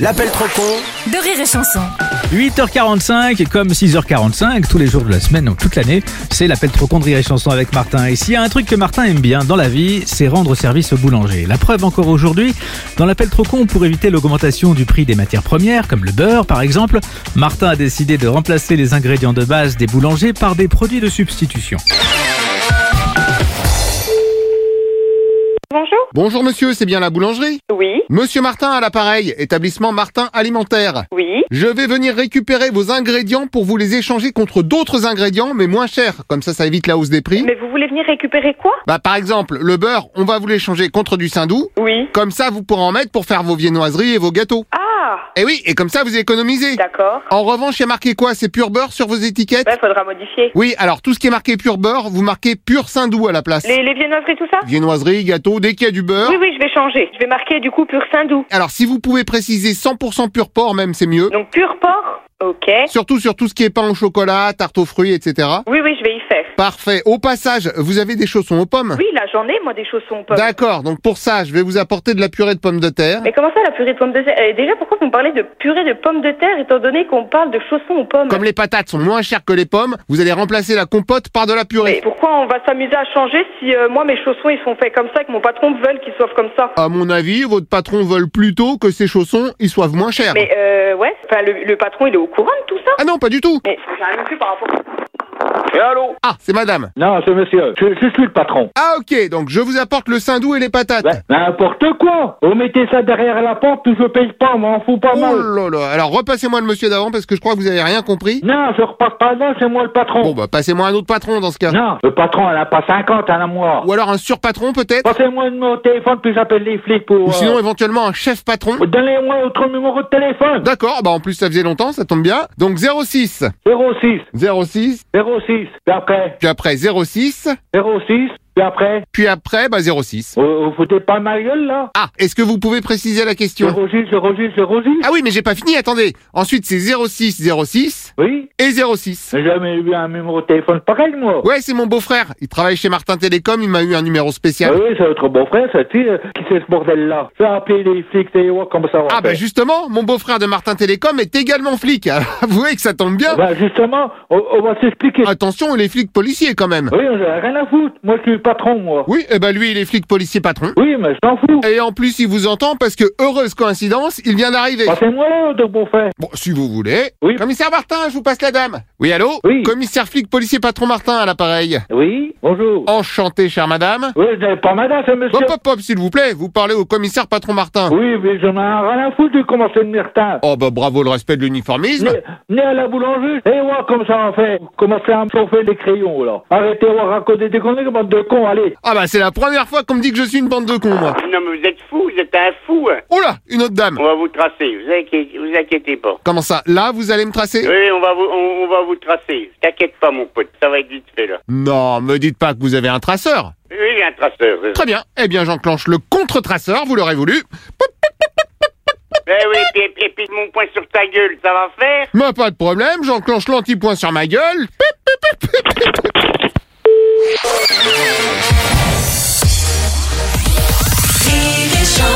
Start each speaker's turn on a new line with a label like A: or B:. A: L'appel trop con
B: de rire et chanson.
C: 8h45, comme 6h45, tous les jours de la semaine, donc toute l'année, c'est l'appel trop con de rire et chanson avec Martin. Et s'il y a un truc que Martin aime bien dans la vie, c'est rendre service au boulanger. La preuve encore aujourd'hui, dans l'appel trop con, pour éviter l'augmentation du prix des matières premières, comme le beurre par exemple, Martin a décidé de remplacer les ingrédients de base des boulangers par des produits de substitution.
D: Bonjour.
E: Bonjour monsieur, c'est bien la boulangerie
D: Oui,
E: Monsieur Martin à l'appareil, établissement Martin Alimentaire.
D: oui.
E: Je vais venir récupérer vos ingrédients pour vous les échanger contre d'autres ingrédients, mais moins chers, comme ça ça évite la hausse des prix.
D: Mais vous voulez venir récupérer quoi
E: Bah par exemple, le beurre, on va vous l'échanger contre du saindoux,
D: Oui.
E: comme ça vous pourrez en mettre pour faire vos viennoiseries et vos gâteaux.
D: Ah,
E: Et oui, et comme ça vous économisez.
D: d'accord.
E: En revanche, il y a marqué quoi C'est pur beurre sur vos étiquettes
D: Bah, faudra modifier.
E: Oui, alors tout ce qui est marqué pur beurre, vous marquez pur saindoux à la place.
D: Les, les viennoiseries, tout ça
E: Viennoiseries, gâteaux, dès qu'il y a du beurre.
D: Oui, oui, je vais changer. Je vais marquer du coup pur Sindou.
E: Alors si vous pouvez préciser 100% pur porc même, c'est mieux.
D: Donc pur porc Ok.
E: Surtout sur tout ce qui est pain au chocolat, tarte aux fruits, etc.
D: Oui, oui, je vais y faire.
E: Parfait. Au passage, vous avez des chaussons aux pommes
D: Oui, là, j'en ai, moi, des chaussons aux pommes.
E: D'accord, donc pour ça, je vais vous apporter de la purée de pommes de terre.
D: Mais comment ça, la purée de pommes de terre Eh, Déjà, pourquoi vous me parlez de purée de pommes de terre étant donné qu'on parle de chaussons aux pommes
E: Comme les patates sont moins chères que les pommes, vous allez remplacer la compote par de la
D: Mais
E: purée.
D: pourquoi on va s'amuser à changer si euh, moi, mes chaussons, ils sont faits comme ça et que mon patron veut qu'ils soient comme ça
E: À mon avis, votre patron veut plutôt que ces chaussons, ils soient moins chers.
D: Mais euh, ouais, enfin, le, le patron, il est au courant de tout ça
E: Ah non, pas du tout.
D: Mais j'ai rien vu par rapport
F: Et allô
E: Ah, c'est madame.
F: Non, c'est monsieur. Je, je suis le patron.
E: Ah ok, donc je vous apporte le saindoux et les patates.
F: Ouais, N'importe quoi Vous mettez ça derrière la porte ou je paye pas, m'en fous pas
E: Oh
F: mal.
E: là là. Alors repassez-moi le monsieur d'avant parce que je crois que vous avez rien compris.
F: Non, je repasse pas là, c'est moi le patron.
E: Bon bah passez-moi un autre patron dans ce cas.
F: Non, le patron, elle a pas 50, elle a moi.
E: Ou alors un surpatron peut-être.
F: Passez-moi le numéro de téléphone, puis j'appelle les flics pour...
E: Ou sinon
F: euh,
E: éventuellement un chef patron.
F: Donnez-moi votre numéro de téléphone.
E: D'accord, bah en plus ça faisait longtemps, ça tombe bien. Donc 06,
F: 06,
E: 06,
F: 06, puis après,
E: puis après 06,
F: 06, puis après.
E: puis après bah 06.
F: Vous, vous foutez pas ma gueule, là
E: Ah, est-ce que vous pouvez préciser la question
F: 06, 06, 06
E: Ah oui, mais j'ai pas fini, attendez. Ensuite c'est 06, 06
F: Oui
E: et 06.
F: J'ai jamais eu un numéro de téléphone pareil, moi.
E: Ouais, c'est mon beau-frère, il travaille chez Martin Télécom, il m'a eu un numéro
F: Ah
E: spécial.
F: oui, c'est votre beau-frère, ça, tu sais, euh, qui c'est ce bordel-là Je vais appeler les flics, et voir comment ça va
E: Ah
F: faire.
E: bah justement, mon beau-frère de Martin Télécom est également flic. Alors, Avouez que ça Ah, tombe bien.
F: Bah, justement, on, on va s'expliquer.
E: Attention, il est flic policier quand même.
F: Oui, on a rien à foutre. Moi, je suis le patron, moi.
E: Oui, eh bah lui il est flic policier patron.
F: Oui, mais je t'en fous.
E: Et en plus il vous entend parce que, heureuse coïncidence, il vient d'arriver.
F: Passez-moi là, de beau-frère.
E: Bon, si vous voulez.
F: Oui.
E: Commissaire Martin, je vous passe la dame. Oui, allô
F: Oui.
E: Commissaire flic, policier patron Martin à l'appareil.
F: Oui, bonjour.
E: Enchanté, chère madame.
F: Oui, je n'ai pas madame, c'est monsieur.
E: Ah. Hop, hop, hop, s'il vous plaît, vous parlez au commissaire patron Martin.
F: Oui, mais je n'en ai rien à foutre de commencer le mertin.
E: Oh, bah bravo le respect de l'uniformisme.
F: Venez venez à la boulangerie et voir comme ça on fait. Commencez à me chauffer les crayons, là. Arrêtez de raconter des conneries, bande de cons, allez.
E: Ah, bah c'est la première fois qu'on me dit que je suis une bande de cons, moi.
G: Non, mais vous êtes fou, vous êtes un fou. hein.
E: Oh là, une autre dame.
G: On va vous tracer, vous inquiétez, vous inquiétez pas.
E: Comment ça Là, vous allez me tracer
G: Oui, on va vous, on, on va vous tracer. T'inquiète pas, mon pote, ça va être vite fait, là.
E: Non, me dites pas que vous avez un traceur.
G: Oui, il y a un traceur. euh.
E: Très bien. Eh bien, j'enclenche le contre-traceur, vous l'aurez voulu.
G: Ben oui, et puis, et puis mon poing sur ta gueule, ça va faire
E: Mais pas de problème, j'enclenche l'antipoint sur ma gueule.
B: Rire et chanson.